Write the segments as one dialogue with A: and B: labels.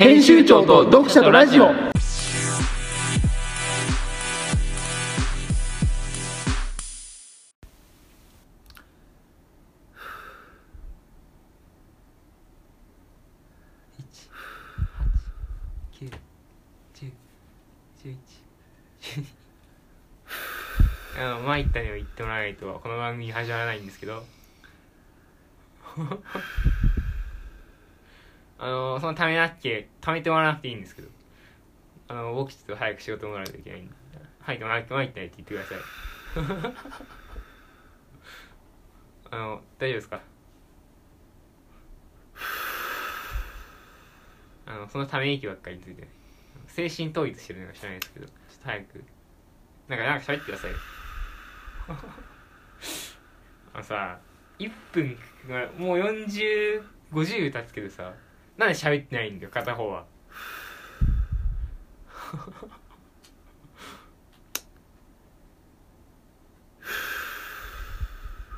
A: 編集長と読者とラジオ
B: 九、十、十一。あの参ったよ言ってもらわないとこの番組始まらないんですけど あのそのためなっけためてもらわなくていいんですけどあの僕ちょっと早く仕事もらわないといけないんで「はい参ったよ」って言ってください あの大丈夫ですかあのそのため息ばっかりついてない精神統一してるのか知らないですけどちょっと早くなんかなんか喋ってくださいよあのさ1分がもう4050経つけどさなんで喋ってないんだよ片方は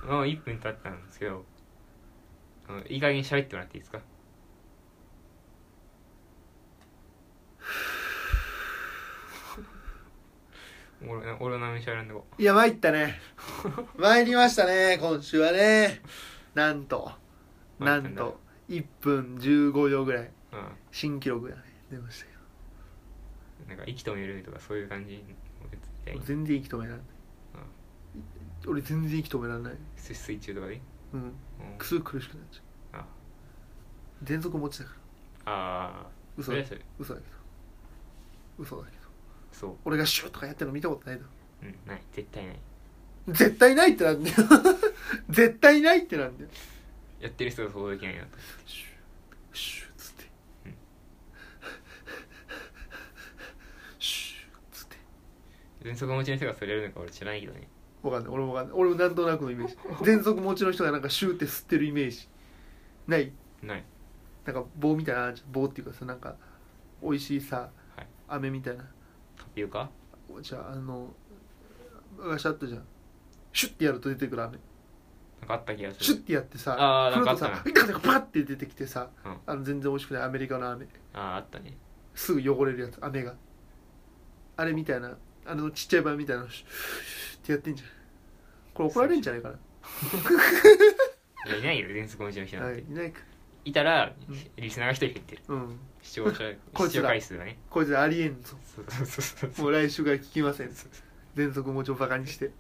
B: もう1分経ったんですけどあのいい加減喋ってもらっていいです か俺の俺の名前選んでこ
A: いや参ったね参りましたね今週はねなんとな
B: 参った
A: ん
B: んだ、
A: と1分15秒ぐらいう
B: うん
A: 新記録がね出ました
B: なんか息止めるとかそういう感じ
A: け
B: の
A: ど
B: やつ
A: 全然息止められない俺全然息止められない
B: 水水中とかで、
A: うん
B: うん
A: くすぐ苦しくなっちゃ
B: あ
A: う全続持ちだから
B: あー
A: 嘘
B: そ
A: だ
B: れ
A: けど
B: それ
A: 嘘だけど嘘だけど
B: そう
A: 俺がシュッとかやってるの見たことないだろ
B: うんない絶対ない
A: 絶対ないってなんだよ 絶対ないってなんだよ
B: やってる人が想像できないなと
A: シュッシュッつって、
B: うん
A: シュッつって
B: 喘息持ちの人がそれやるのか俺知らないけどね
A: わかんない俺もわかんない俺もなんとなくのイメージ全息持ちの人がなんかシューって吸ってるイメージない
B: ない
A: なんか棒みたいなのあるじゃん棒っていうかさなんか美味しいさ、
B: はい
A: 飴みたいな
B: タピオカ
A: じゃああのガシャッとじゃんシュッてやると出てくる飴
B: なんかあった気がす
A: シュ
B: る
A: ッてやってさ
B: あーなんかあ
A: と
B: ったな
A: さガタガタパッて出てきてさ、
B: うん
A: あの全然美味しくないアメリカの飴
B: あああったね
A: すぐ汚れるやつ飴があれみたいなあのちっちゃい版みたいなのシュッってやってんじゃんこれ怒られんじゃないか
B: いやいないよ喘息持ちの人
A: な、
B: なん
A: はい、
B: て
A: いないか
B: いたら
A: うん
B: リスナーが一人減ってる
A: うん
B: 視聴者
A: こい
B: 視
A: つ
B: 聴
A: ら
B: 回数がね
A: こいつありえんぞ
B: そうそうそうそう
A: もう来週から聞きません全速持ちをバカにして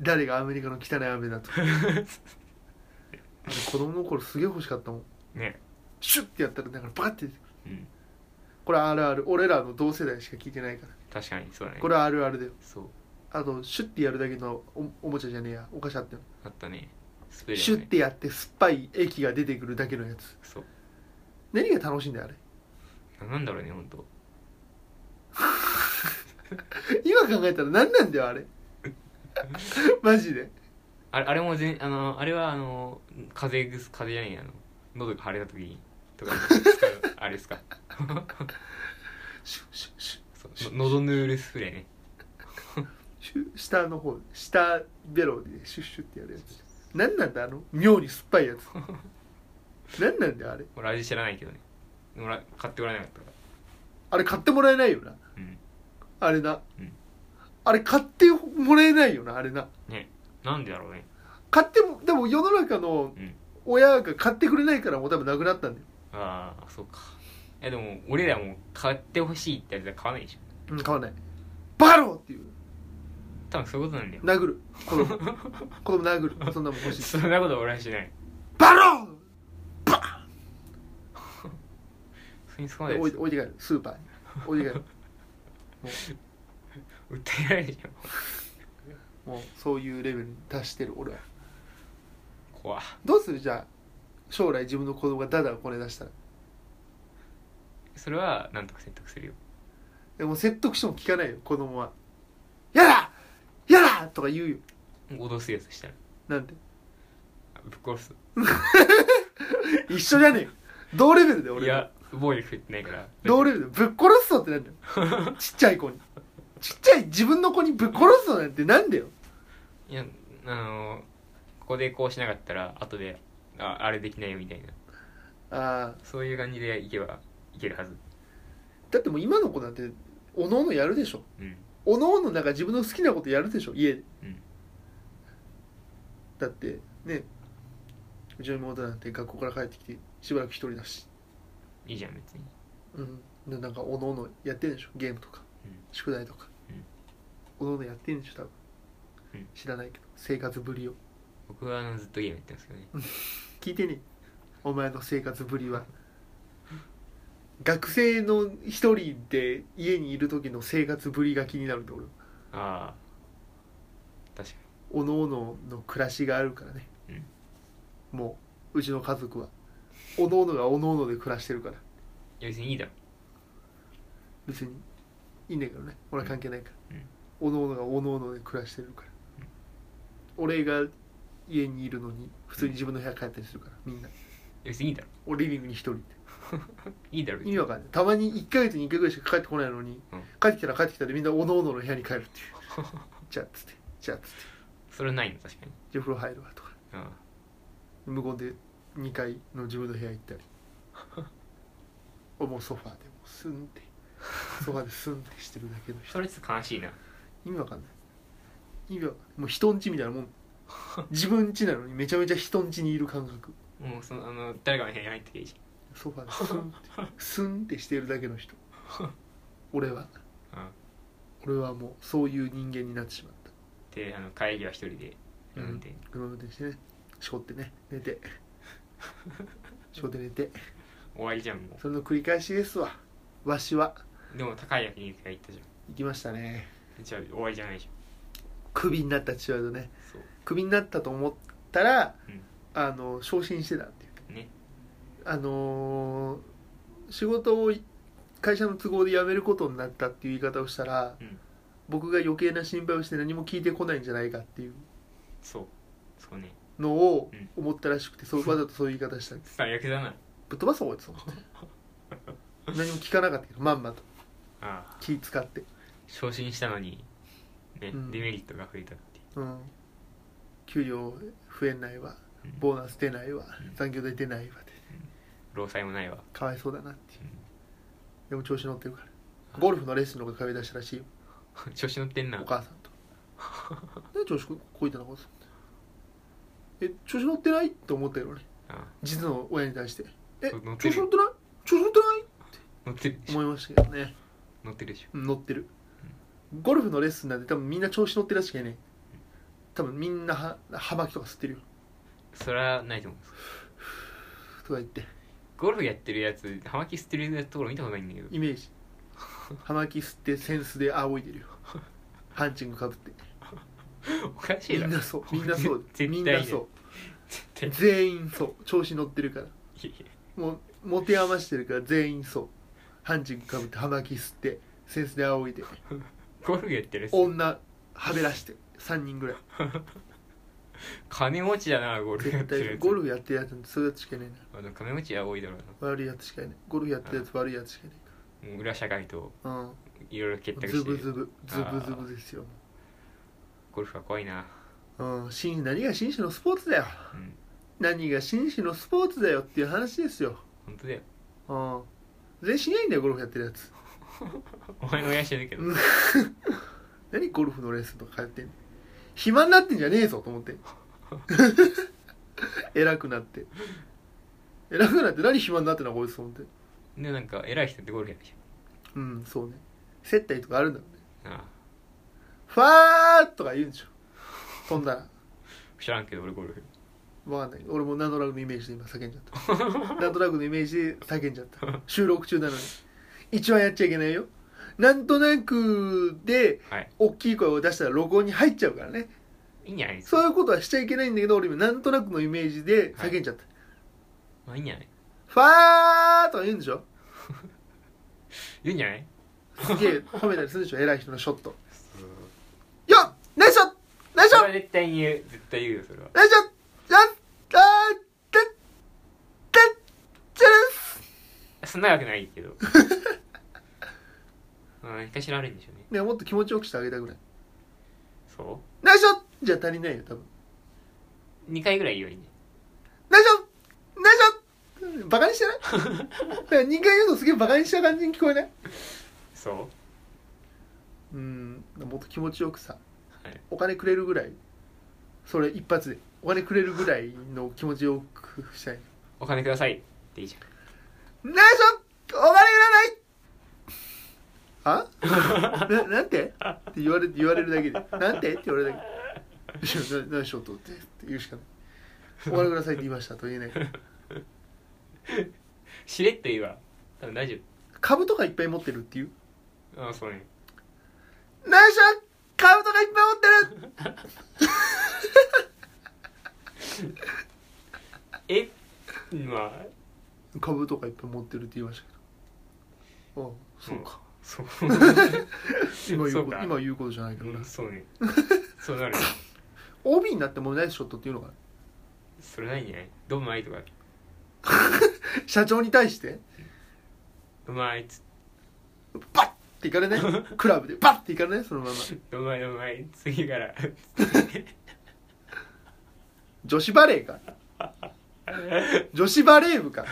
A: 誰がアメリカの汚い飴だと子供の頃すげえ欲しかったもん
B: ね
A: シュッてやったらだからバッて出てくる
B: うん
A: これあるある俺らの同世代しか聞いてないから
B: 確かにそうだね
A: これはあるあるだよ
B: そう
A: あとシュッてやるだけのおおもちゃじゃねえやお菓子あっての
B: あったねスプレー、ね、
A: シュッてやって酸っぱい液が出てくるだけのやつ
B: そう
A: 何が楽しいんだよあれ
B: ななんだろうね本当
A: 今考えたら何なんだよあれ マジで
B: あれあれもぜんあのあれはあの風邪ぐす風邪じゃないあの喉が腫れた時にとかに使うあれですか
A: シュッシュッシュッ
B: そうの喉ヌールスプレーね
A: シュ下の方下ベロでシュッシュってやるやつ何なんだあの妙に酸っぱいや つ何なんだよあれ
B: 俺味知らないけどねもら買ってこられなかったか
A: あれ買ってもらえないよな
B: らうん
A: あれな、
B: うん
A: あれ買ってもらえないよなあれな
B: ねなんでだろうね
A: 買ってもでも世の中の
B: うん
A: 親が買ってくれないからもう多分なくなったんだよ、
B: ああそうかえでも俺らも買ってほしいってやつは買わないでし
A: う
B: ょ
A: ん、買わないバローっていう
B: 多分そういうこと なんだよ
A: 殴る子 供子供殴るそんなもん欲しい
B: そんなこと俺はしない
A: バロ
B: それにそこ
A: ー
B: まで
A: で
B: 訴
A: 置い置いて帰るスーパーに置いて帰る
B: えられるじゃん
A: もうそういうレベルに達してる俺は
B: 怖
A: どうするじゃあ将来自分の子供がダダをこね出したら
B: それはなんとか説得するよ
A: でも説得しても聞かないよ子供は「やだやだ!」とか言うよ
B: 脅すやつしたら
A: なんで
B: あぶっ殺す
A: 一緒じゃねえよ同レベルだよ
B: い
A: 俺
B: や暴力振ってないから
A: 同レベルだよぶっ殺すぞってなんだ よちっちゃい子にちっちゃい自分の子にぶっ殺すぞなんてなんだよ
B: いやあのここでこうしなかったら後でああれできないよみたいな
A: ああ
B: そういう感じでいけばいけるはず
A: だってもう今の子なんておのおのやるでしょ
B: うん
A: おのおのなんか自分の好きなことやるでしょ家で、
B: うん
A: だってねうちの妹なんて学校から帰ってきてしばらく一人だし、
B: いいじゃん別に
A: うん、でなんかおのおのやってんでしょゲームとか、
B: うん
A: 宿題とか、おのおのやってんでしょ多分、
B: うん
A: 知らないけど生活ぶりを
B: 僕はあのずっとゲームやってますけどね
A: 聞いてねお前の生活ぶりは学生の一人で家にいる時の生活ぶりが気になるんだ俺は
B: ああ確か
A: おのおのの暮らしがあるからね、もううちの家族はおのおのがおのおので暮らしてるから
B: にいや別にいいだろ
A: 別にいいんだけどね俺は関係ないから、おのおのがおのおので暮らしてるから、俺が家にいるのに普通に自分の部屋帰ったりするからみんない
B: や別にいいだろ
A: 俺リビングに一人で
B: いいだろ別
A: 意
B: に
A: 味わかんないたまに1ヶ月に1回ぐらいしか帰ってこないのに、
B: うん
A: 帰ってきたら帰ってきたでみんなおのおのの部屋に帰るっていうじゃあっつってじゃあっつって
B: それはないの確かに
A: じゃあ風呂入るわとか
B: あ
A: 無言で2階の自分の部屋行ったりもうソファーでもうすんでソファーですんでしてるだけの
B: あ
A: 人
B: それちょっと悲しいな
A: 意味わかんない意味わかんないもう人んちみたいなもん自分んちなのにめちゃめちゃ人んちにいる感覚
B: もうそのあの誰かの部屋に入ってきゃいいじ
A: ソファーですんってすんってしてるだけの人俺は
B: ゃんああ
A: 俺はもうそういう人間になってしまった
B: であの会議は一人で
A: うん
B: 運転、
A: 車運転してねしょってね寝てしょって寝て
B: 終わりじゃんも
A: それの繰り返しですわわしは
B: うでも高い焼肉が行ったじ
A: 行きましたね
B: ゃんじゃあ終わりじゃないじ
A: クビになった父親とね
B: ゃんそう
A: クビになったと思ったら、
B: うん
A: あの昇進してたっていう
B: ね
A: あのー仕事を会社の都合で辞めることになったっていう言い方をしたら、
B: うん
A: 僕が余計な心配をして何も聞いてこないんじゃないかっていう
B: そうそうね
A: のを
B: うん
A: 思ったらしくて、 そうわざとそういう言い方したんです
B: 最悪だな
A: ぶっ飛ばそうこいつと思 って何も聞かなかったけどまんまと
B: ああ
A: 気使って
B: 昇進したのにね、
A: うん
B: デメリットが増えたっていう
A: うん給料増えないわ
B: うん
A: ボーナス出ないわ
B: うん
A: 残業代出ないわで
B: 労災もないわ
A: かわいそうだなっていう
B: うん
A: でも調子乗ってるからゴルフのレッスンの方が通い出したらしいよ
B: 調子乗ってんな
A: お母さんと何で調子ここいてなかったのえ調子乗ってないって思ったよ俺
B: あ
A: 実の親に対してえ
B: 乗って
A: 調子乗
B: る
A: ってない調子乗ってない
B: 乗ってるでしょ
A: 思いましたけどね
B: 乗ってるでしょ
A: うん乗ってるゴルフのレッスンなんて多分みんな調子乗ってるらしくね多分みんなは葉巻とか吸ってるよ
B: それはないと思うんです
A: とか言って
B: ゴルフやってるやつ葉巻吸ってるところ見たことないんだけど
A: イメージ葉巻吸ってセンスで仰いでるよハンチングかぶって
B: おかしい
A: み
B: だ
A: ん
B: ろ
A: なそうみんなそう
B: 絶対
A: みんなそ
B: 絶対
A: う全員そう調子乗ってるから
B: いやいや
A: もう持て余してるから全員そうハンチングかぶって葉巻吸ってセンスで仰いで
B: ゴルフやってるやつ
A: 女はべらして3人ぐらい
B: 金持ちだなゴルフや
A: 絶
B: ってるや
A: 対
B: つ
A: ゴルフやってるやつなんてそういうやつしかいないな
B: あの金持ちは多いだろう
A: 悪いやつしかいないゴルフやってるやつ悪いやつしかいない
B: なもう裏社会と
A: うん
B: いろいろ結託
A: ズ
B: して
A: ブ
B: る
A: ズブズブズブですよ、
B: ゴルフは怖いな
A: うん、紳士何が紳士のスポーツだよ
B: うん
A: 何が紳士のスポーツだよっていう話ですよ、
B: 本当だよ
A: うん、全身ないんだよゴルフやってるやつ
B: お前の親してるけど
A: うん 何ゴルフのレッスンとか通ってんの暇になってんじゃねえぞと思って 偉くなって偉くなって何暇になってんのこいつと思って
B: でなんか偉い人ってゴルフやるじ
A: うんそうね接待とかあるんだろうね
B: ゃんあ
A: ファーとか言うんでしょ飛んだら
B: あ知らんけど俺ゴルフ
A: わかんない俺も何となくのイメージで今叫んじゃったなんとなくのイメージで叫んじゃった収録中なのに一番やっちゃいけないよなんとなくで
B: はい
A: 大きい声を出したら録音に入っちゃうからね
B: いいんじゃないですか
A: そういうことはしちゃいけないんだけど俺今なんとなくのイメージで叫んじゃった、
B: まあいいんじゃない
A: ファーとか言うんでしょ
B: いいんじゃない
A: すげえ褒めたりするでしょ偉い人のショット
B: そう
A: よっナイスショットナイスショ
B: そ
A: ット
B: れは絶対に言う絶対言うよそれは
A: ナイスショットナイスあーててて
B: そんなわけないけど まあ何かしらあるんでしょうね
A: ねもっと気持ちよくしてあげたくない
B: そ
A: ナイスショットじゃ足りないよ多分
B: う2回ぐらい言えばいいんじゃない
A: ナイスショットナイスショットバカにしてないだから2回言うのすげえバカにした感じに聞こえない
B: そう
A: うんもっと気持ちよくさ、
B: はい
A: お金くれるぐらいそれ一発でお金くれるぐらいの気持ちよくしたい
B: お金くださいっていいじ
A: ナイスお金いらないあななんてって言われ言われるだけで「なんて?」って言われるだけで「な何しようと」ってって言うしかない「お金ください」って言いましたと言えない
B: ゃんしれっと言えば多分大丈
A: 株とかいっぱい持ってるっていう
B: 夫あそうね
A: 「ナイス株とかいっぱい持ってる!
B: えまあ」
A: 株とかいっぱい持ってるって言いましたけどああそうか、
B: そう
A: 今言
B: そうう
A: こと
B: か
A: 今言うことじゃないけど
B: う
A: な、
B: んそうねそうなる
A: OB になってもナイスショットっていうのかな
B: それないんじゃないどうもあいとか
A: 社長に対して
B: うまいつ
A: バッっていかれ ないクラブでバッていかれないそのまま
B: うまいうまい次から
A: 女子バレーか女子バレー部か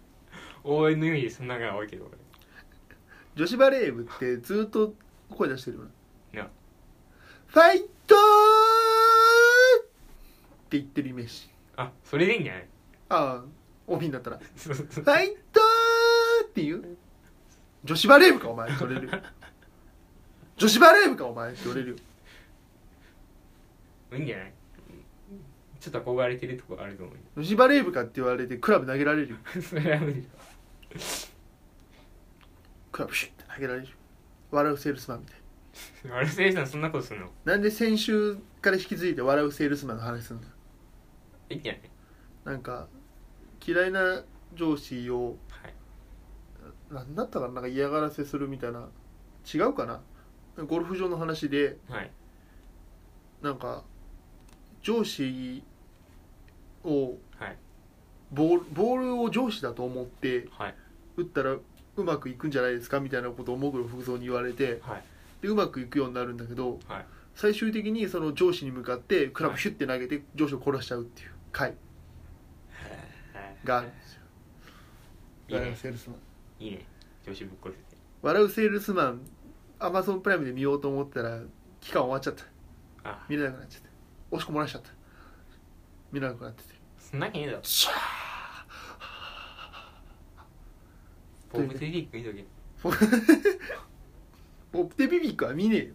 B: 応援の意味でそんなのが多いけど俺
A: 女子バレー部ってずっと声出してるよな
B: な
A: ファイトーって言ってるイメージ
B: あそれでいいんじゃない
A: ああオフィンだったら「
B: そうそう
A: ファイトー!」って言う女子バレー部かお前取れるよ女子バレー部かお前取れるよ
B: いいんじゃないちょっと憧れてるとこあると思うよ
A: 女子バレー部かって言われてクラブ投げられるよ
B: それは無理だ
A: クラブシュッて投げられるよ笑うセールスマンみたい
B: あれせいさんそんなことするの
A: なんで先週から引き継いで笑うセールスマンの話すんだよ
B: いいんじゃな
A: な
B: い
A: んか嫌いな上司を
B: はい
A: 何だったかななんか嫌がらせするみたいな違うかなゴルフ場の話で
B: はい
A: なんか上司を
B: はい
A: ボールボールを上司だと思って
B: はい
A: 打ったらうまくいくんじゃないですかみたいなことをモグロ福蔵に言われて
B: はい
A: でうまくいくようになるんだけど
B: はい
A: 最終的にその上司に向かってクラブヒュッて投げて上司を殺しちゃうっていう回があるんですよ
B: いい
A: 笑う
B: ね
A: セールスマン
B: いいね調子ぶっこせて
A: 笑うセールスマンアマゾンプライムで見ようと思ったら期間終わっちゃった
B: あ
A: 見れなくなっちゃって押し込まれちゃった見れなくなって て
B: そんなわけねえだろ
A: シャー
B: ポップテリック見とけ
A: ポポップテビビックは見ねえ よ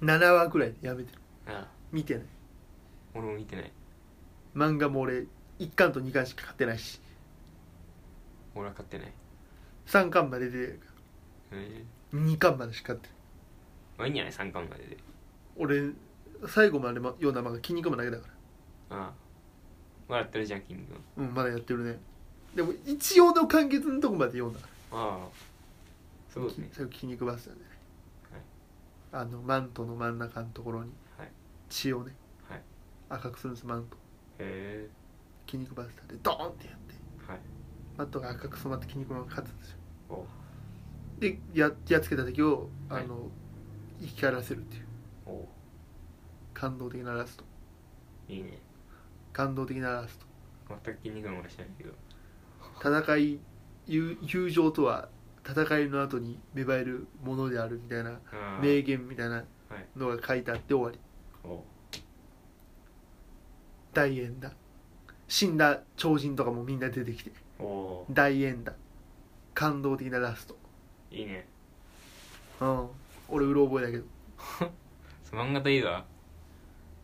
A: 7話くらいでやめてる
B: あ
A: 見てない
B: 俺も見てない
A: 漫画も俺1巻と2巻しか買ってないし
B: 俺は買ってない
A: 3巻までで
B: へえ
A: 2巻までしか買ってない
B: まあいいんじゃない3巻までで
A: 俺最後までま読んだ漫画「筋肉マン」だけだから
B: ああ笑ってるじゃんキング
A: うんまだやってるねでも一応の完結のとこまで読んだ
B: ああそうですね
A: 最後筋肉バスだね、あのマントの真ん中のところに
B: はい
A: 血をね、
B: はい
A: 赤くするんですマント
B: へ
A: 筋肉バスターでドーンってやって
B: えはい
A: マントが赤く染まって筋肉マンが勝つんですよ
B: お
A: でややっつけた敵をあ
B: はい
A: の、生き返らせるっていう
B: お
A: 感動的なラスト
B: いいね
A: 感動的なラスト
B: 全くキングマンは知らないけど
A: 戦い友友情とは戦いの後に芽生えるものであるみたいな
B: ああ
A: 名言みたいなのが書いてあって終わり
B: お
A: 大円だ死んだ超人とかもみんな出てきて
B: お
A: 大円だ感動的なラスト
B: いいね
A: うん俺うろ覚えだけど
B: そう漫画といえば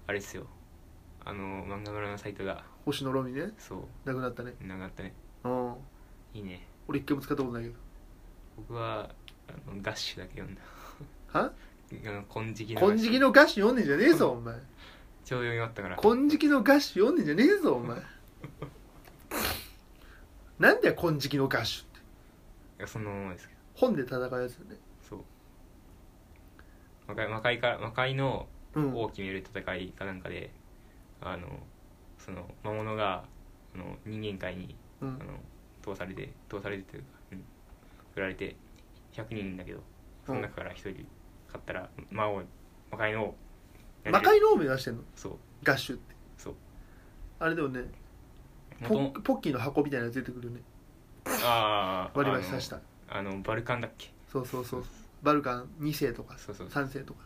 B: あれっすよあの漫画村のサイトが
A: 星野ロミね
B: そ
A: なくなったね
B: うなかったね
A: うん
B: いいね
A: 俺一回も使ったことないけど
B: 僕はあのガッシュだけ読んだ
A: は
B: あの金色の
A: 金色の歌詞読んでんじゃねえぞお前
B: ちょうど読み終わったから
A: 金色の歌詞読んでんじゃねえぞお前なんだよ金色の歌詞って
B: いやそのままですけど
A: 本で戦うやつだね
B: そう魔界魔界から魔界の
A: うん
B: 王を決める戦いかなんかで、あのその魔物があの人間界に
A: う
B: あ
A: ん
B: の通されて通されてというか、うん、振られて100人いるんだけどその中から1人勝ったら魔王魔界の王
A: 魔界の王目指してんの
B: そう
A: ガッシュって
B: そう
A: あれでもねポ
B: 元
A: ッポッキーの箱みたいなやつ出てくるよね
B: ああ
A: 割り箸刺した
B: あのあのバルカンだっけ
A: そうそうそうバルカン2世とか
B: そうそう
A: 3世とか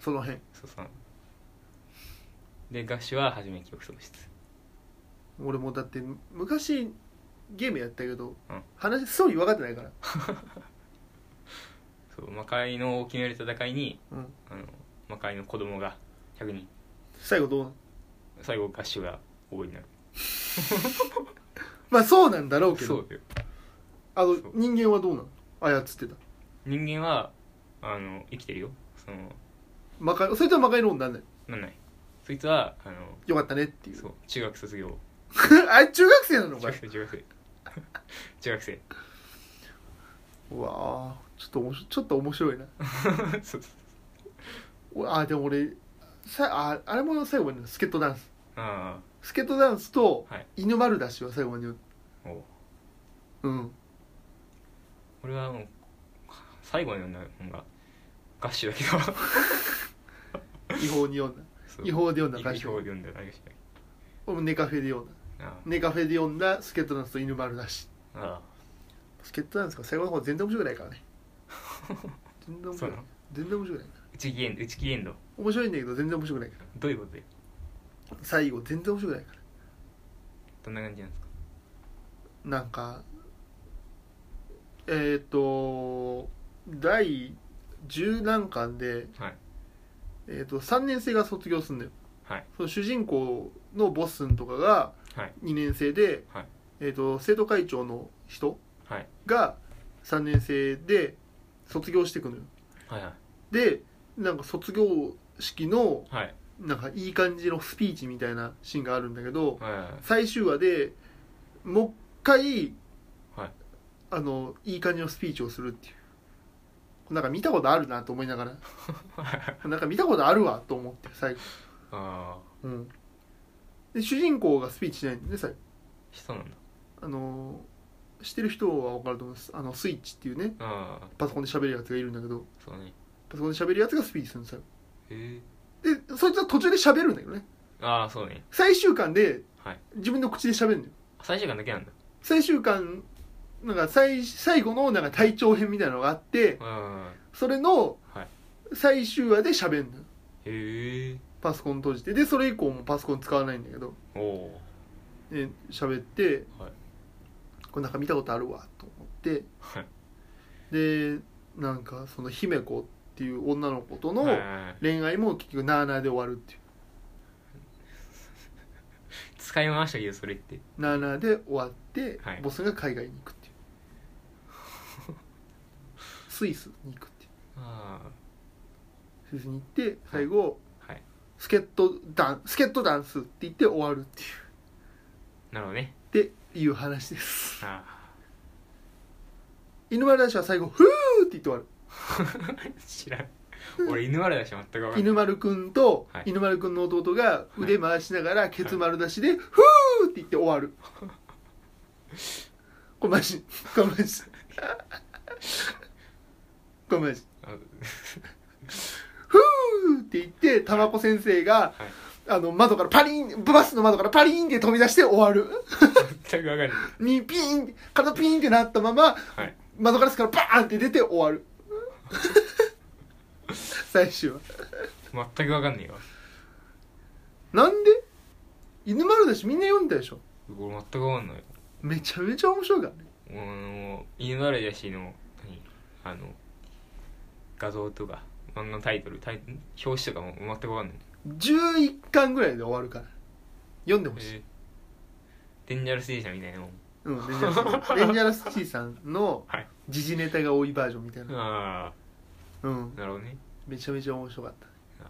A: その辺
B: そうそうで合手は初め記憶喪失
A: 俺もだって昔ゲームやったけど、
B: うん
A: 話ストーリー分かってないから
B: そう魔界のを決める戦いに、
A: うん
B: あの魔界の子供が100人
A: 最後どうなん
B: 最後合手が王になる
A: まあそうなんだろうけ
B: そ
A: ど
B: うだよ
A: あの
B: そう
A: 人間はどうなの操ってた
B: 人間はあの生きてるよその
A: 魔界それとは魔界の王になんない
B: なんないそいつはあの
A: よかったねっていう
B: そう中学卒業
A: あれ中学生なのか
B: 中学生中学生 中学生
A: うわあちょっとおもしちょっと面白いな
B: そうそう
A: おあでも俺さああれも最後にスケットダンス
B: あ
A: スケットダンスと
B: はい
A: 犬丸出しは最後に
B: あおう
A: うん
B: 俺はもう最後の読んだ本が合手だけ ど
A: 違法に読んだ
B: そう
A: 違法で読んだ
B: 違
A: 合
B: 法
A: 手
B: で読んだ合手だけ
A: 俺もネカフェで読んだ
B: あ
A: ネカフェで読んだスケットダンスと犬丸出し
B: ああ
A: スケットダンスが最後の方全然面白くないから ね全然
B: あ
A: 面白
B: そ
A: く
B: う
A: ない
B: なの
A: 全然面白くないから
B: 打ち切りエンド打ち切りエンド
A: 面白いんだけど全然面白くないから
B: どういうことで
A: 最後全然面白くないから
B: どんな感じなんですか
A: なんかえっ、と第十何巻で、
B: はい
A: えー、と3年生が卒業するんだよ、
B: はい
A: その主人公のボッスンとかが
B: はい
A: 2年生で、
B: はい
A: えー、と生徒会長の人
B: はい
A: が3年生で卒業していくのよ
B: はいはい
A: でなんか卒業式の
B: はい
A: なんかいい感じのスピーチみたいなシーンがあるんだけど、
B: はいはい
A: 最終話でもう一回、
B: はい
A: あのいい感じのスピーチをするっていうなんか見たことあるなと思いなが らなんか見たことあるわと思って最後、
B: ああ
A: うん、で主人公がスピーチしないんでね最後
B: そうなんだ
A: あのしてる人は分かると思いますあのスイッチっていうね
B: ああ
A: パソコンで喋るやつがいるんだけど
B: そうね
A: パソコンで喋るやつがスピーチするんですよ
B: へえ
A: でそいつは途中で喋るんだけどね
B: ああそうね
A: 最終巻で
B: はい
A: 自分の口で喋るんだよ
B: 最終巻だけなんだ
A: 最終巻なんか最最後のなんか体調編みたいなのがあって
B: あ
A: それの
B: はい
A: 最終話で喋るのよ
B: あへえ
A: パソコン閉じてでそれ以降もパソコン使わないんだけど
B: おお
A: で喋って、
B: はい
A: これなんか見たことあるわと思って
B: はい
A: でなんかその姫子っていう女の子と
B: お
A: の恋愛も結局なあなあで終わるってい
B: 使い回したけどそれって
A: うなあなあで終わって、
B: はい
A: ボスが海外に行く っていうスイスに行くっていう
B: あ
A: スイスに行って最後、
B: あはい
A: スケットダンスケットダンスって言って終わるっていう
B: なるほどね
A: っていう話です
B: あ
A: 犬丸大師は最後「ふー!」って言って終わる
B: あ 知らん俺犬丸だし全く分かんない
A: 犬丸くんと
B: はい
A: 犬丸くんの弟が腕回しながらケツ丸出しで「ふー!」って言って終 わるこれマジこれマジこれマジ
B: あ
A: 「ふー!」って言ってタバコ先生が
B: はい
A: あの窓からパリンバスの窓からパリンって飛び出して終わる
B: 全く分かんない
A: にピーンって体ピーンってなったまま
B: はい
A: 窓ガラスからバーンって出て終 わる最終話
B: 全く分かんないわ
A: なんで犬丸だしみんな読んだでしょ
B: 俺全く分かんない
A: めちゃめちゃ面白いからね
B: あの犬丸だしの何あの画像とか漫画のタイトルタイ表紙とかも全く分かんない
A: 11巻ぐらいで終わるから読んでほしい、
B: えーデンジャラス電車みたいなもん
A: うん、デンジャラスデンジャラスチーさんの
B: はい
A: 時事ネタが多いバージョンみたいな、
B: あ
A: うん
B: あ、なるほどね
A: めちゃめちゃ面白かった
B: あ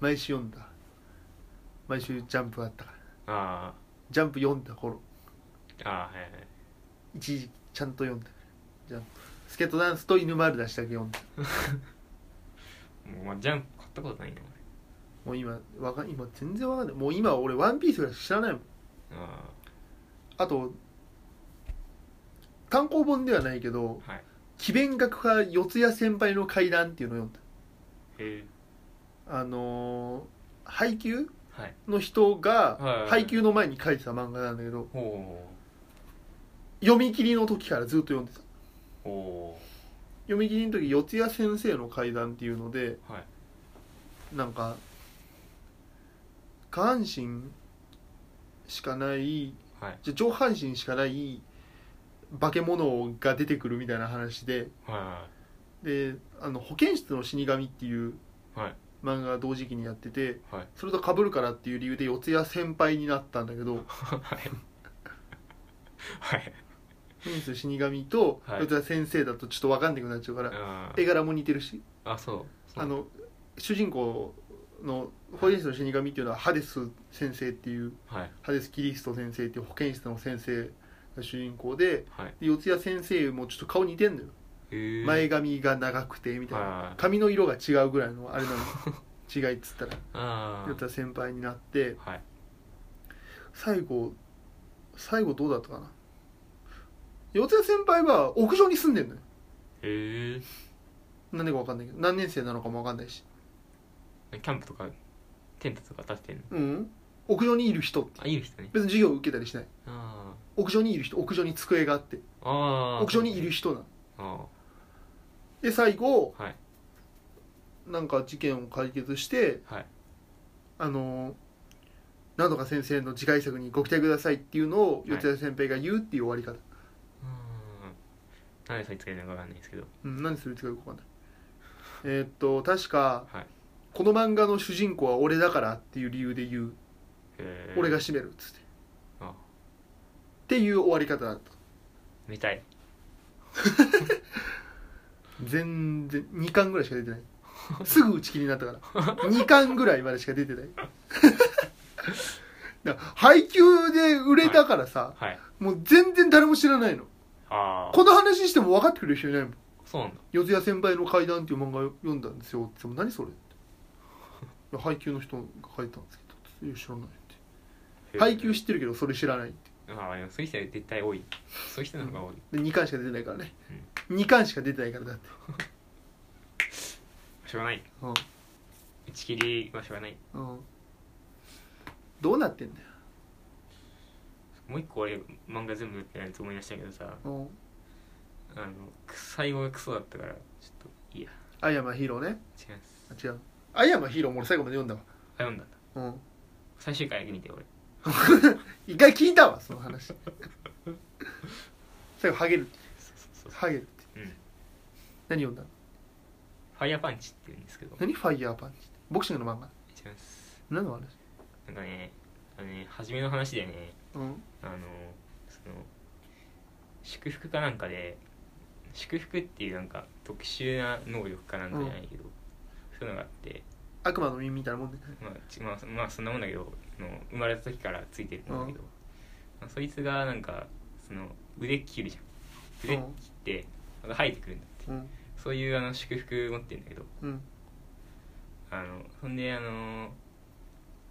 A: 毎週読んだ毎週ジャンプあったから
B: あ
A: ジャンプ読んだ頃
B: あああはいはい
A: 一時期ちゃんと読んだジャンプスケートダンスと犬丸出しだけ読んだ
B: もう、まあ、ジャンプ買ったことないな
A: もう今わか今全然わかんないもう今俺ワンピースぐらいしか知らないもん
B: 俺あ
A: あと単行本ではないけど
B: あはい
A: 奇弁学派四谷先輩の怪談っていうのを読んだ
B: へえ
A: あのー配給
B: はい
A: の人
B: は
A: が
B: い
A: 配給の前に書いてた漫画なんだけど
B: ほ
A: 読み切りの時からずっと読んでた
B: うほ
A: 読み切りの時四谷先生の怪談っていうので
B: うはい
A: なんか下半身しかない
B: はい
A: じゃあ上半身しかない化け物が出てくるみたいな話で
B: は
A: であの保健室の死神っていう
B: はい
A: 漫画が同時期にやってて
B: いはい
A: それと被るからっていう理由で四谷先輩になったんだ けど
B: はいはい
A: フェンス死神と
B: はい
A: 四谷先生だとちょっと分かんなくなっちゃうから、
B: あ
A: 絵柄も似てるし
B: ーあそうそう
A: あの主人公の保健室の死神っていうのはハデス先生っていう
B: はい
A: ハデスキリスト先生っていう保健室の先生が主人公で
B: はい
A: で四谷先生もちょっと顔似てんのよ
B: へえ
A: 前髪が長くてみたいな
B: はい
A: 髪の色が違うぐらいのあれ なの違いっつったら
B: あ
A: 四
B: ー
A: 谷先輩になって
B: はい
A: 最後最後どうだったかな四谷先輩は屋上に住んでんのよ
B: へえ
A: 何年か分かんないけど何年生なのかも分かんないし
B: キャンプとかテントとか立ってんの
A: うん屋上にいる人って
B: あいい人ね
A: 別に授業を受けたりしない
B: あ
A: 屋上にいる人屋上に机があって
B: ーあー
A: 屋上にいる人なの
B: あ
A: で最後
B: ーはい
A: なんか事件を解決して
B: はい
A: あのーなんとか先生の次回作にご期待くださいっていうのを
B: はい
A: 四谷先輩が言うっていう終わり方、
B: うーん何でそいつがいるのかわかんないですけど
A: うん、何するつかよくわかんないえーっと確か
B: はい
A: この漫画の主人公は俺だからっていう理由で言う、
B: へー
A: 俺が締めるっつってっ
B: あ
A: ていう終わり方だった
B: 見たい
A: 全然2巻ぐらいしか出てないすぐ打ち切りになったから2巻ぐらいまでしか出てない だから配給で売れたからさ、
B: はい
A: もう全然誰も知らないの
B: ああ
A: この話しても分かってくれる人いないもん
B: そうなんだ
A: 「四谷先輩の怪談」っていう漫画を読んだんですよって言っても何それ?」って いや配給の人が書いたんですけどいや知らない」って「配給知ってるけどそれ知らない」って
B: ああでもそういう人は絶対多いそういう人の方が多い
A: で2巻しか出てないからね、2巻しか出てないからだって
B: しょうがない
A: うん
B: 打ち切りはしょうがない
A: うんどうなってんだよ、
B: もう一個俺漫画全部読ってないと思い出したけどさ
A: うん、
B: あの最後がクソだったからちょっといいや
A: アイアマヒーローね
B: 違いま
A: あ
B: す
A: 違うアイアマヒーローも俺最後まで読んだ
B: あ読んだんだ
A: わうん
B: 最終回だけ見て俺
A: 一回聞いたわその話 最後ハゲる
B: そうそうそ
A: ハゲるって
B: ううん
A: 何読んだの
B: ファイヤーパンチって言うんですけど違い
A: 何ファイヤーパンチってボクシングの漫画
B: ます
A: 何の話
B: なんかねあのね初めの話でね
A: うん
B: あのその祝福かなんかで祝福っていうなんか特殊な能力かなんかじゃないけど、そういうのがあって、
A: 悪魔の耳みたいなもんで、
B: まあちまあ、そまあそんなもんだけどあの生まれた時からついてるもんだけど、まあそいつがなんかその腕切るじゃん腕切って、なんか生えてくるんだって
A: うん
B: そういうあの祝福持ってるんだけど
A: うん
B: あのそんであの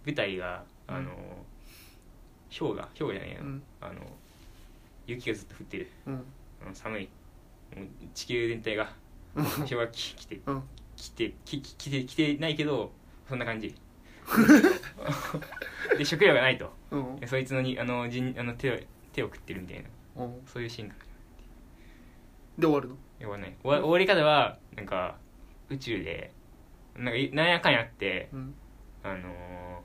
B: 舞台があの、
A: うん
B: 氷河氷河じゃないや、
A: うん
B: あの雪がずっと降ってる
A: うん
B: あの寒いもう地球全 体が
A: うん
B: 氷河期来て
A: うん
B: 来てきき来て来てないけどそん な感じで食料がないと
A: うん
B: でそいつのにあの人あの手を手を食ってるみたいな
A: うん
B: そういうシーンが
A: で終わるの
B: 終わらない終わ終わり方はなんか宇宙でなんかいなんやかんやって
A: うん
B: あの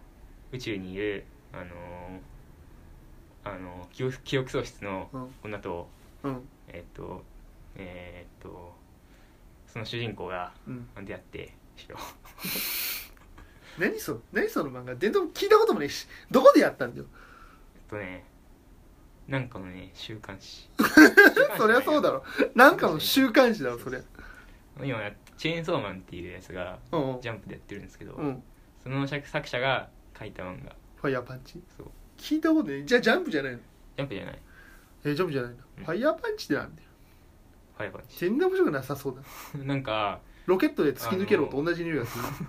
B: ー宇宙にいるあのーあの記憶記憶喪失の
A: うん
B: 女と
A: うん
B: えっ、とえっ、とその主人公が
A: うん
B: 出会ってしろ
A: 何そ何その漫画全然聞いたこともねえしどこでやったんだよ
B: えっとねなんかのね週刊 誌
A: そりゃそうだ
B: ろ
A: ろなんかの週刊誌だろそりゃ
B: 今やってチェーンソーマンっていうやつが
A: うん
B: ジャンプでやってるんですけど、
A: うん
B: その作作者が書いた漫画
A: ファイヤーパンチ
B: そう
A: 聞いたことねえじゃあジャンプじゃないの
B: ジャンプじゃない
A: えジャンプじゃないの
B: うん
A: ファイヤーパンチってなんだよ
B: ファイバーに
A: 全然面白くなさそうだ
B: なんか
A: ロケットで突き抜けろと同じ匂いがする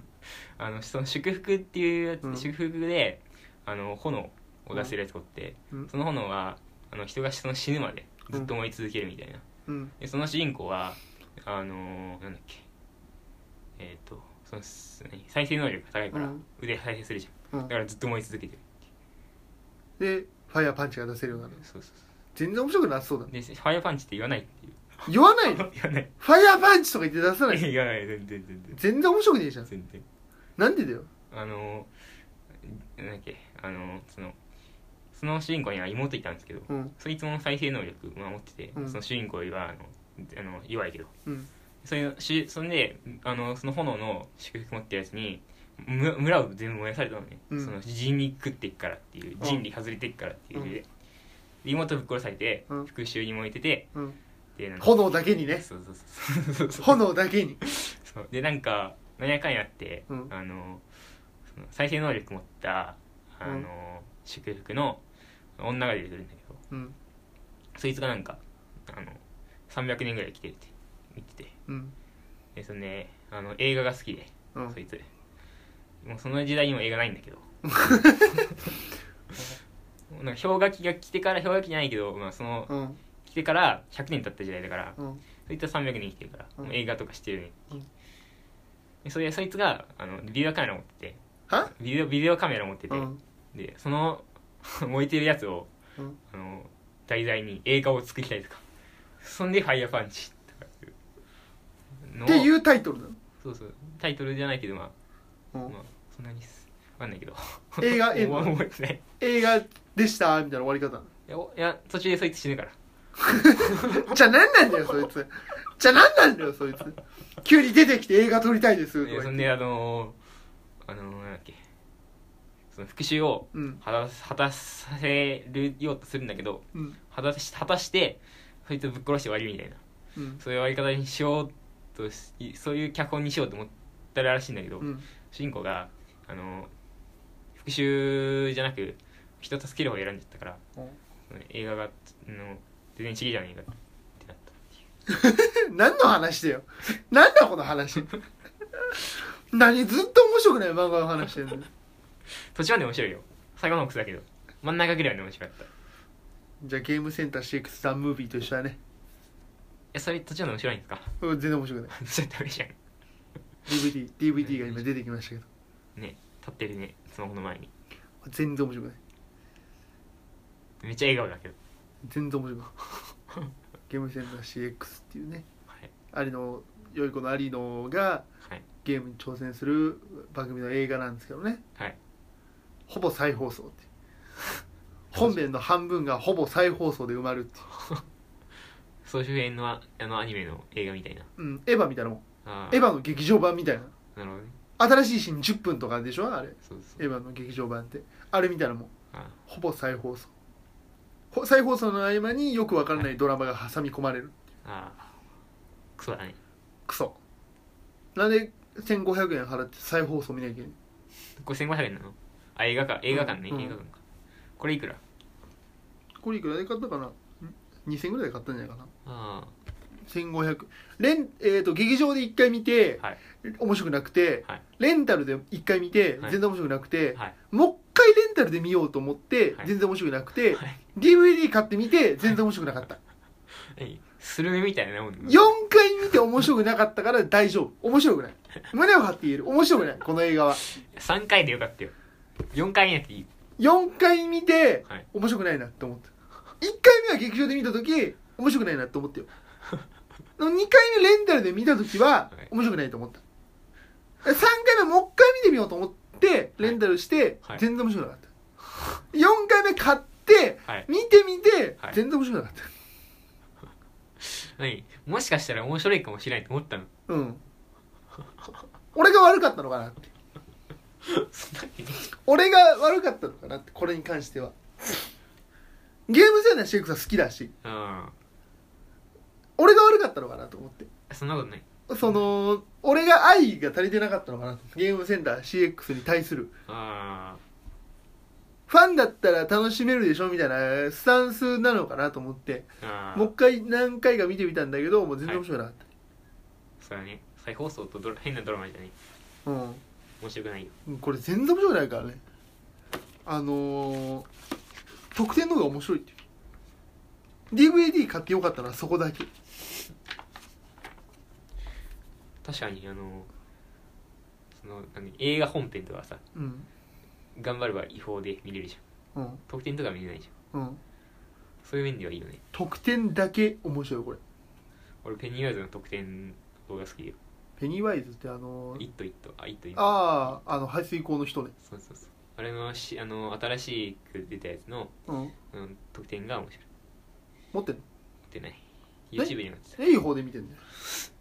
B: あのその祝福っていうやつ、
A: うん
B: 祝福であの炎を出せるやつをって、
A: うん
B: その炎はあの人がその死ぬまでずっと燃え続けるみたいな、
A: うん
B: でその主人公はあのーなんだっけえっ、とそのす何再生能力が高いから
A: うん
B: 腕再生するじゃん、
A: うん
B: だからずっと燃え続けてる
A: でファイヤーパンチが出せるようになる
B: そうそうそ
A: 全然面白くなさそうだ
B: うでファイヤーパンチって言わないっていう
A: 言わないの
B: 言わない
A: ファイヤーパンチとか言って出さない
B: 言わない 全然 全然
A: 全然面白くねえじゃん
B: 全然
A: なんでだよ
B: あのなんだっけあのそのその主人公には妹いたんですけど
A: うん
B: そいつも再生能力守ってて、
A: うん
B: その主人公はあのあの弱いけど
A: うん
B: それしそんであのその炎の祝福持ってるやつにむ村を全部燃やされたのね、
A: うん
B: その人に食っていくからっていう人理外れていくからっていう理由で、で妹ぶっ殺されて、
A: うん
B: 復讐に燃えてて
A: うん
B: でなんか
A: 炎だけにね
B: そうそうそうそうそう
A: 炎だけに
B: そうでなんか何やかんやって、
A: うん
B: あのその再生能力持ったあの、
A: うん
B: 祝福の女が出てくるんだけど
A: うん
B: そいつがなんかあの300年ぐらい生きてるって言ってて
A: うん
B: でそのねあの映画が好きで、
A: うん
B: そいつもうその時代にも映画ないん だけどなんか氷河期が来てから氷河期じゃないけど、まあ、その
A: うん
B: 来てから100年経った時代だから、
A: うん
B: そいつは300年生きてるから、
A: うん
B: もう映画とかしてるね、
A: うん
B: でそれでそいつがあのビデオカメラ持ってて
A: は
B: ビデオビデオカメラ持ってて、
A: うん
B: でその 燃えてるやつを
A: うん
B: あの題材に映画を作りたいとかそんで「ファイヤーパンチ」とかいうのを
A: っていうタイトルな
B: そうそうタイトルじゃないけどまあ、
A: のうん
B: まあ、そんなにすわかんないけど
A: 映 画え
B: 覚えてない
A: 映画でしたみたいな終わり方
B: いやおいや途中でそいつ死ぬから
A: じゃあ何なんだよそいつじゃあ何なんだよそいつ急に出てきて映画撮りたいですとか
B: でそ
A: 言っ
B: ん
A: て
B: であのー、あのー、なんだっけその復讐を
A: うん
B: 果たす果たさせるようとするんだけど
A: うん
B: 果たし果たしてそいつをぶっ殺して終わりみたいな
A: うん
B: そういう終わり方にしようとしそういう脚本にしようと思ったらしいんだけど、
A: うん
B: 主人公があの復讐じゃなく人助ける方を選んじゃったから映画があの全然違えじゃねえかってなったっていう
A: 何の話だよ何だこの話何ずっと面白くない漫画の話してんの
B: 途中まで面白いよ最後の奥だけど真ん中ぐらいまで面白かったい
A: じゃあゲームセンターシェイクスタームービーと一緒だね
B: やそれ途中まで面白いんですか
A: うん全然面白くない
B: ちょっと嬉しい
A: DVD DVD が今出てきましたけど
B: ね立ってるねスマホの前に
A: 全然面白くない
B: めっちゃ笑顔だけど
A: 全然面白くないゲームセンター CX っていうね
B: はい
A: 有野良い子の有野が
B: はい
A: ゲームに挑戦する番組の映画なんですけどね
B: はい
A: ほぼ再放送っていう本編の半分がほぼ再放送で埋まるってい
B: 総集編のああのアニメの映画みたいな
A: う、うん、エヴァみたいなもん
B: あー
A: エヴァの劇場版みたいな
B: なるほどね
A: 新しいシーン10分とかでしょあれ
B: そうそう
A: エヴァの劇場版ってあれみたいなもん
B: あ
A: ほぼ再放送ほ再放送の合間によくわからないドラマが挟み込まれる
B: ーあークソだね
A: クソなんで1500円払って再放送見なきゃいけない
B: これ1500円なのあ映画か映画館ね、
A: うん
B: 映画館かこれいくら
A: これいくらで買ったかなん2000円ぐらいで買ったんじゃないかな
B: あ
A: 1500レン、えー、と劇場で1回見て、
B: はい
A: 面白くなくて、
B: はい
A: レンタルで1回見て、
B: はい
A: 全然面白くなくて、
B: あはい
A: もう1回レンタルで見ようと思って、
B: はい
A: 全然面白くなくて、
B: はい
A: DVD 買ってみて全然面白くなかった、
B: 何スルメみたいなもん
A: 4回見て面白くなかったから大丈夫面白くない胸を張って言える面白くないこの映画は
B: 3回でよかったよ4回やっていい
A: 4回見て
B: はい
A: 面白くないなって思った1回目は劇場で見た時面白くないなって思 ったよ2回目レンタルで見た時は
B: はい
A: 面白くないと思った3回目もう1回見てみようと思ってレンタルして
B: はい
A: 全然面白くなかった4回目買って
B: はい
A: 見てみて
B: はい
A: 全然面白くなかっ
B: 何もしかしたら面白いかもしれないと思ったの
A: たうん俺が悪かったのかなって
B: そんなわけね
A: 俺が悪かったのかなってこれに関してはゲームセンターシェイクさん好きだし
B: うん
A: 俺が悪かったのかなと思って
B: そんなことない
A: その俺が愛が足りてなかったのかなゲームセンター CX に対する
B: あ
A: ファンだったら楽しめるでしょみたいなスタンスなのかなと思って
B: ーあー
A: もう一回何回か見てみたんだけどもう全然面白くなかっ
B: そうだね再放送とドラ変なドラマじゃない
A: た、
B: 面白くないよ
A: うんこれ全然面白くないからねあのー、特典の方が面白いっていう DVD 買ってよかったのはそこだけ
B: 確かにあのその何映画本編とかさ
A: うん
B: 頑張れば違法で見れるじゃん
A: うん
B: 得点とか見れないじゃん
A: うん
B: そういう面ではいいよね
A: 得点だけ面白いこれ
B: 俺ペニーワイズの得点動画好きで
A: ペニーワイズってあの
B: イットイットあイットイット
A: あああの排水口の人ね
B: そうそうそうあれのしあの新しく出たやつの、
A: うん
B: うん、得点が面白い
A: 持ってんの
B: 出ない YouTube にも載ってた
A: えい方で見てんだよ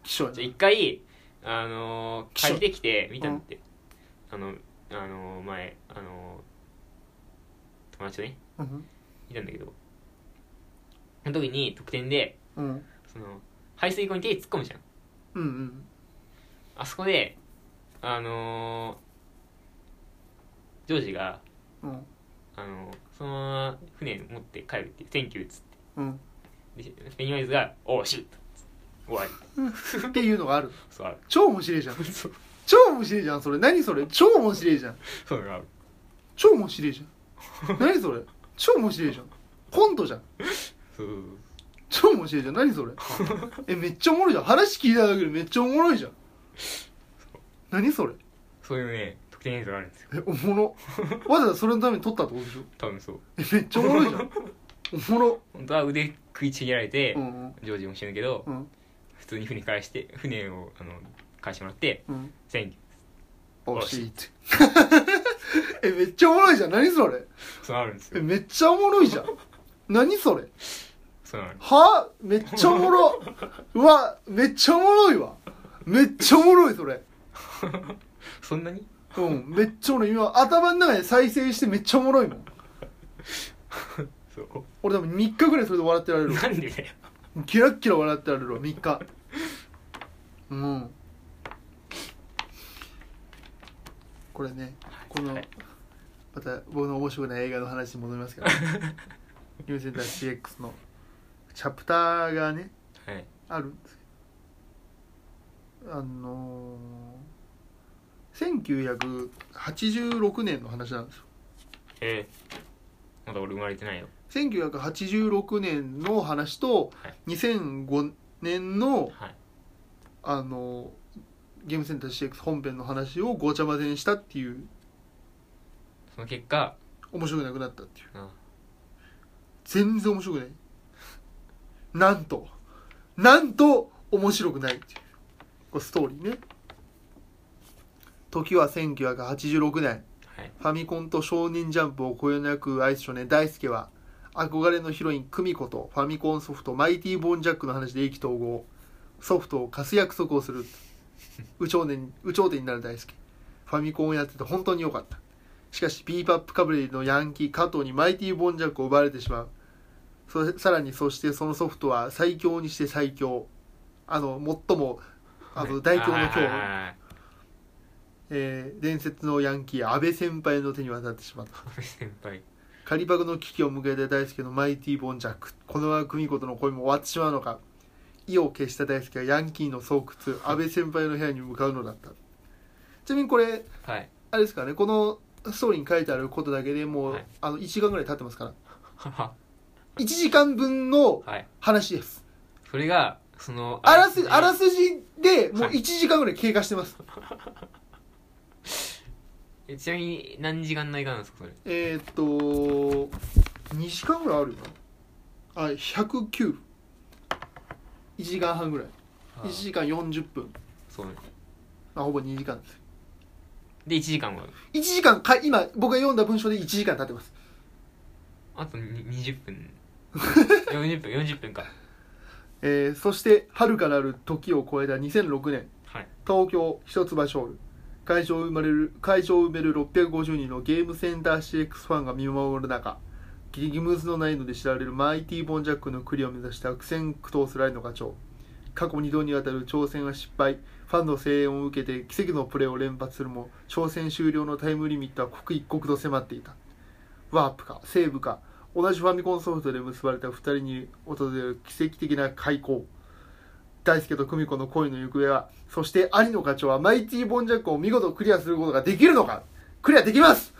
A: 気象や
B: じゃあ
A: な
B: 一回あのー借りてきて見たんだって、あのあのー前あのー友達とね
A: うん
B: 見たんだけどその時に得点で
A: うん
B: その排水溝に手突っ込むじゃん
A: うんうん
B: あそこであのージョージが
A: うん
B: あのーそのまま船持って帰るっていう「Thank you」っつって
A: うん
B: でフェニーワイズが「おーシュート」終わり
A: っていうのがある
B: そうある
A: 超面白いじゃん
B: そう
A: 超面白いじゃんそれ何それ超面白いじゃん
B: そういうのがある
A: 超面白いじゃん何それ超面白いじゃんコントじゃん
B: そうそうそう
A: 超面白いじゃん何それえめっちゃおもろいじゃん話聞いただけでめっちゃおもろいじゃん何それ
B: そういうね得点映像があるんですよ
A: えおもろわざわざそれのために撮ったってことでしょ
B: 多分そう
A: えめっちゃおもろいじゃんおもろ
B: 本当は腕食いちぎられて、
A: うんうん
B: ジョージも死ぬけど、
A: うん
B: 普通に船返して船をあの返してもらって
A: うん
B: 「Thank you
A: おしいって えめっちゃおもろいじゃん何それ」
B: そうあるんです
A: え
B: よ
A: めっちゃおもろいじゃん何それ
B: そうなる
A: はあめっちゃおもろうわめっちゃおもろいわめっちゃおもろいそれ
B: そんなに
A: うんめっちゃおもろい今頭の中で再生してめっちゃおもろいもん
B: そう
A: 俺多分3日ぐらいそれで笑ってられるわ
B: なん でだよ
A: キラッキラ笑ってられるわ3日うんこれねこの
B: はい
A: また僕の面白くない映画の話に戻りますけどニューセンター CX のチャプターがね
B: はい
A: あるんですけどあのー、1986年の話なんですよ
B: えー、まだ俺生まれてないよ
A: 1986年の話と
B: はい
A: 2005年の、
B: はい
A: あのゲームセンター CX 本編の話をごちゃ混ぜにしたっていう
B: その結果
A: 面白くなくなったっていう
B: あ
A: 全然面白くないなんとなんと面白くないっていうこれストーリーね時は1986年
B: はい
A: ファミコンと少年ジャンプをこよなく愛す少年大輔は憧れのヒロイン久美子とファミコンソフトマイティボーンジャックの話で意気投合ソフトを貸す約束をする有頂年有頂天になる大輔ファミコンをやってて本当に良かったしかしビーパップカブレリのヤンキー加藤にマイティボーンジャックを奪われてしまうそさらにそしてそのソフトは最強にして最強あの最もあの大凶の
B: はい
A: 凶
B: はいはいはい
A: えー伝説のヤンキー安倍先輩の手に渡ってしまった
B: 安倍先輩
A: 仮パクの危機を迎えた大輔のマイティーボンジャックこのまま久美子との恋も終わってしまうのか意を決した大輔はヤンキーの巣窟安倍先輩の部屋に向かうのだったちなみにこれ
B: はい
A: あれですからねこのストーリーに書いてあることだけでもう、
B: はい
A: あの1時間ぐらい経ってますから
B: はは
A: 1時間分の
B: はい
A: 話です
B: それがその
A: あらすじ
B: ね
A: あらすじでもう
B: はい
A: 1時間ぐらい経過してます、
B: えちなみに何時間の映画なんですかそれ
A: えー、っと2時間ぐらいあるよなあ1091時間半ぐらい1時間40分
B: そうね
A: まあ、ほぼ2時間です
B: で1時間は
A: 1時間か今僕が読んだ文章で1時間経ってます
B: あとに20分 40分40分か
A: えーそして遥かなる時を超えた2006年
B: はい
A: 東京一橋ホール会場を埋める会場を埋める650人のゲームセンター CX ファンが見守る中ギギムズの難易度で知られるマイティーボンジャックのクリアを目指した悪戦苦闘する愛の課長過去2度にわたる挑戦は失敗ファンの声援を受けて奇跡のプレーを連発するも挑戦終了のタイムリミットは刻一刻と迫っていたワープかセーブか同じファミコンソフトで結ばれた2人に訪れる奇跡的な開口大輔と久美子の恋の行方はそして兄の課長はマイティーボンジャックを見事クリアすることができるのかクリアできます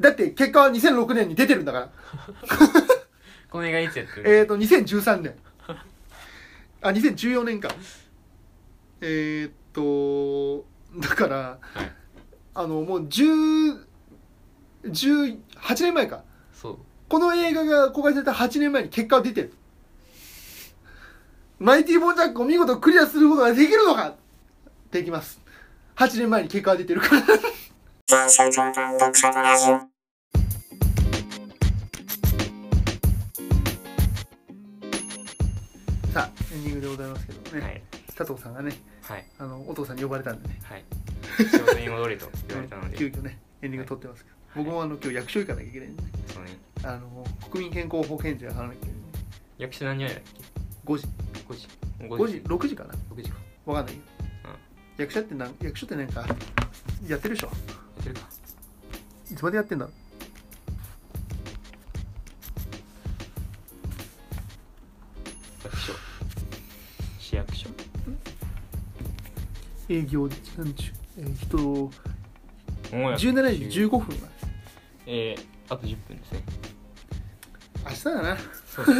A: だって結果は2006年に出てるんだから
B: この映画いつやってる
A: えっ、ー、と2013年あ2014年かえっ、ー、とだから、
B: はい
A: あのもう10 18年前か
B: そう
A: この映画が公開された8年前に結果は出てるマイティボンジャックを見事クリアすることができるのかできます8年前に結果は出てるからさあエンディングでございますけどね、
B: はい
A: 佐藤さんがね
B: はい
A: あのお父さんに呼ばれたんでね
B: はい仕事に戻れと言われたの で
A: 急遽ねエンディング撮ってますけど、僕もあの今日役所行かなきゃいけないんでね
B: そうね
A: あの国民健康保険庁やらなきゃいけないんで
B: 役所何時までだっ
A: 5時
B: け5時
A: 5時6時かな
B: 6時か
A: わかんないよ、
B: うん
A: 役所ってなん役所ってなんかやってるでしょ
B: やってるか
A: いつまでやってんだろう
B: 役所市役所
A: 営業時間中、えー人を
B: もうや
A: 17時15分まで
B: えー、あと10分ですね
A: 明日だな
B: そうで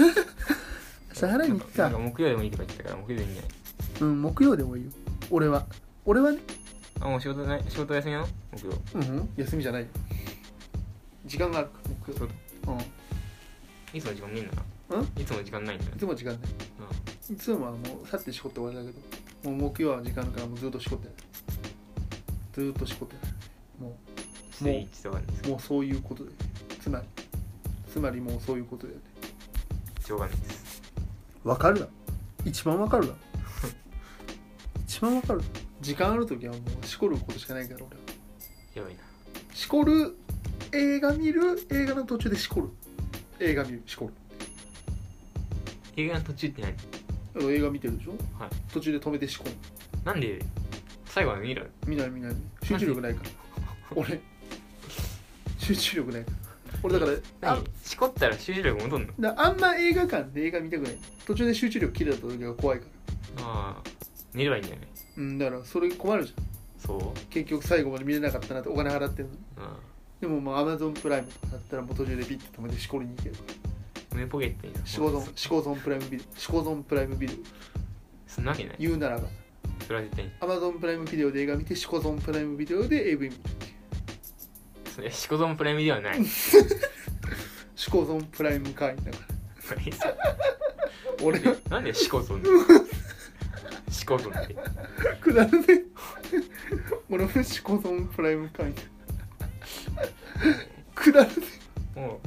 B: す
A: 明日払いに行く
B: なん
A: か
B: か木曜でもいいとか言ってたから木曜でいいんじゃない
A: うん木曜でもいいよ俺は俺はね
B: あもう仕事ない仕事休みなの木曜
A: うん、うん、休みじゃないよ時間があるから木
B: そ
A: 曜う
B: う
A: ん
B: いつも時間ねえんだ
A: う
B: なんいつも時間ないんだない
A: つも時間ない
B: うん
A: いつもはもう去って仕事終わりだけどもう木曜は時間あるからもうずっと仕事やるずーっと仕事やるも
B: スイッチとかです
A: うもうそういうことでつまりつまりもうそういうことで
B: 上眼です
A: わかるだ一番わかるだ一番わかる時間ある時はもうしこることしかないから俺は
B: やばいな
A: しこる映画見る映画の途中でしこる映画見るしこる
B: 映画の途中って何
A: だから映画見てるでしょ、
B: はい
A: 途中で止めてしこる
B: なんで最後まで見ろよ
A: 見ない見ない集中力ないから俺集中力ないから俺だからあ
B: 何しこったら集中力戻んの
A: だあんま映画館で映画見たくない途中で集中力切れた時が怖いから
B: ああ寝ればいいんじゃない
A: うんだからそれ困るじゃん
B: そう
A: 結局最後まで見れなかったなってお金払ってるのに
B: うん
A: でもまあアマゾンプライムとかだったらもう途中でビッて止めてしこりに行けるから
B: 胸ポケットに
A: シコゾンシコゾンプライムビデオシコゾンプライムビデオ
B: そんなわけない
A: 言うならば
B: それは絶対に
A: アマゾンプライムビデオで映画見てシコゾンプライムビデオで AV 見るっていう
B: それしこぞんプライムではない何
A: シコゾンプライム会員だから
B: それ
A: 俺は
B: なんでしこ ぞんしこぞんって
A: くだらねえ俺もシコゾンプライム会員くだらね
B: も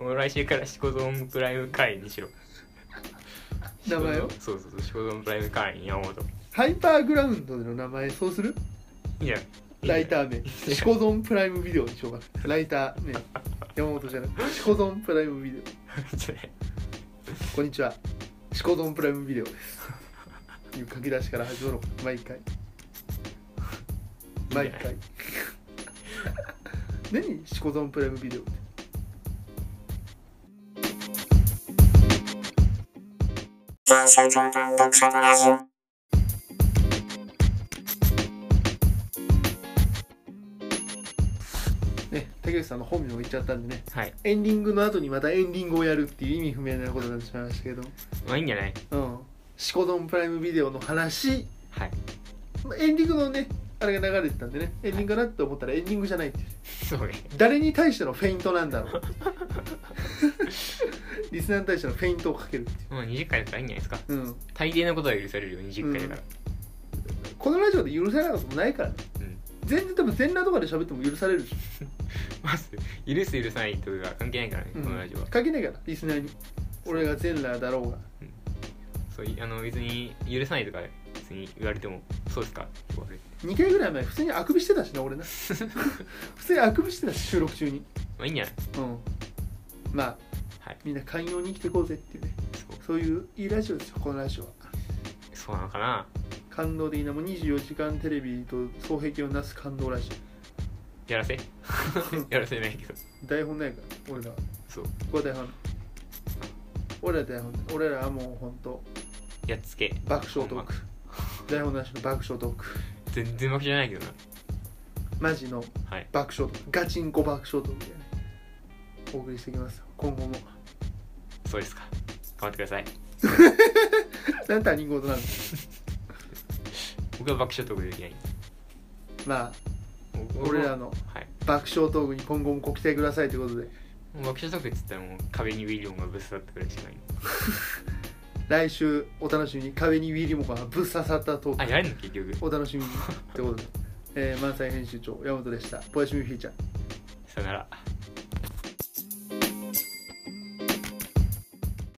B: う もう来週からしこぞんプライム会員にしろ
A: え名前を
B: そうそうそうしこぞんプライム会員山本い
A: ハイパーグラウンドでの名前そうする
B: いじゃん
A: ライター名シコゾンプライムビデオにしようかなライター名山本じゃなくてシコゾンプライムビデオ
B: ー
A: こんにちは。シコゾンプライムビデオです。いう書き出しから始まろう。毎回。毎回。何シコゾンプライムビデオって。ね、竹内さんの本名を言っちゃったんでね
B: はい
A: エンディングの後にまたエンディングをやるっていう意味不明なことになってしまいましたけど
B: まあいいんじゃない
A: うん、シコドンプライムビデオの話、
B: はい
A: まあエンディングのね、あれが流れてたんでね、エンディングかなって思ったらエンディングじゃないっていう。
B: そうね
A: 誰に対してのフェイントなんだろう。 リスナーに対してのフェイントをかけるってい
B: もう20回だったらいいんじゃないですか
A: う。うん、
B: 大抵のことは許されるよ20回だから、
A: このラジオで許されないこともないからね。
B: うん
A: 全然でも全裸とかで喋っても許されるでしょ。
B: まず許す許さないとか関係ないからね、
A: うん
B: このラジオは
A: かけないから、リスナーに。俺が全裸だろうが。
B: そういあの別に許さないとか別に言われてもそうですかって言われて
A: 2回ぐらい前、普通にあくびしてたしな、俺 な。普通にあくびしてたし、収録中に。
B: まあいいんじゃない
A: うん。まあ、
B: はい
A: みんな寛容に生きていこうぜっていうね。
B: そう
A: そういういいラジオですよこのラジオは
B: そうなのかな
A: 感動的なもう24時間テレビと双璧をなす感動ラジ
B: やらせ やらせないけど
A: オ台本ないから俺らは
B: そう
A: これ台本俺ら台本ない俺らはもう本当
B: やっつけ
A: 爆笑トー ク台本なしの爆笑トーク
B: 全然負けじゃないけどな
A: マジの
B: はい
A: 爆笑トークガチンコ爆笑トークでねお送りしていきます今後も
B: そうですか頑張ってください
A: 何他人事なんで
B: 僕は爆笑トークできない
A: まあ
B: 僕は
A: 俺らの
B: はい
A: 爆笑トークに今後もご期待くださいということで
B: もう爆笑特っつったらもう壁にウィリオンがぶっ刺さったぐらいしかない
A: 来週お楽しみに壁にウィリモコがぶっ刺さったト
B: あ
A: ー
B: やれんの結局
A: クお楽しみにということで、えー、満載編集長山本でしたポエシミフィーチャー
B: さよなら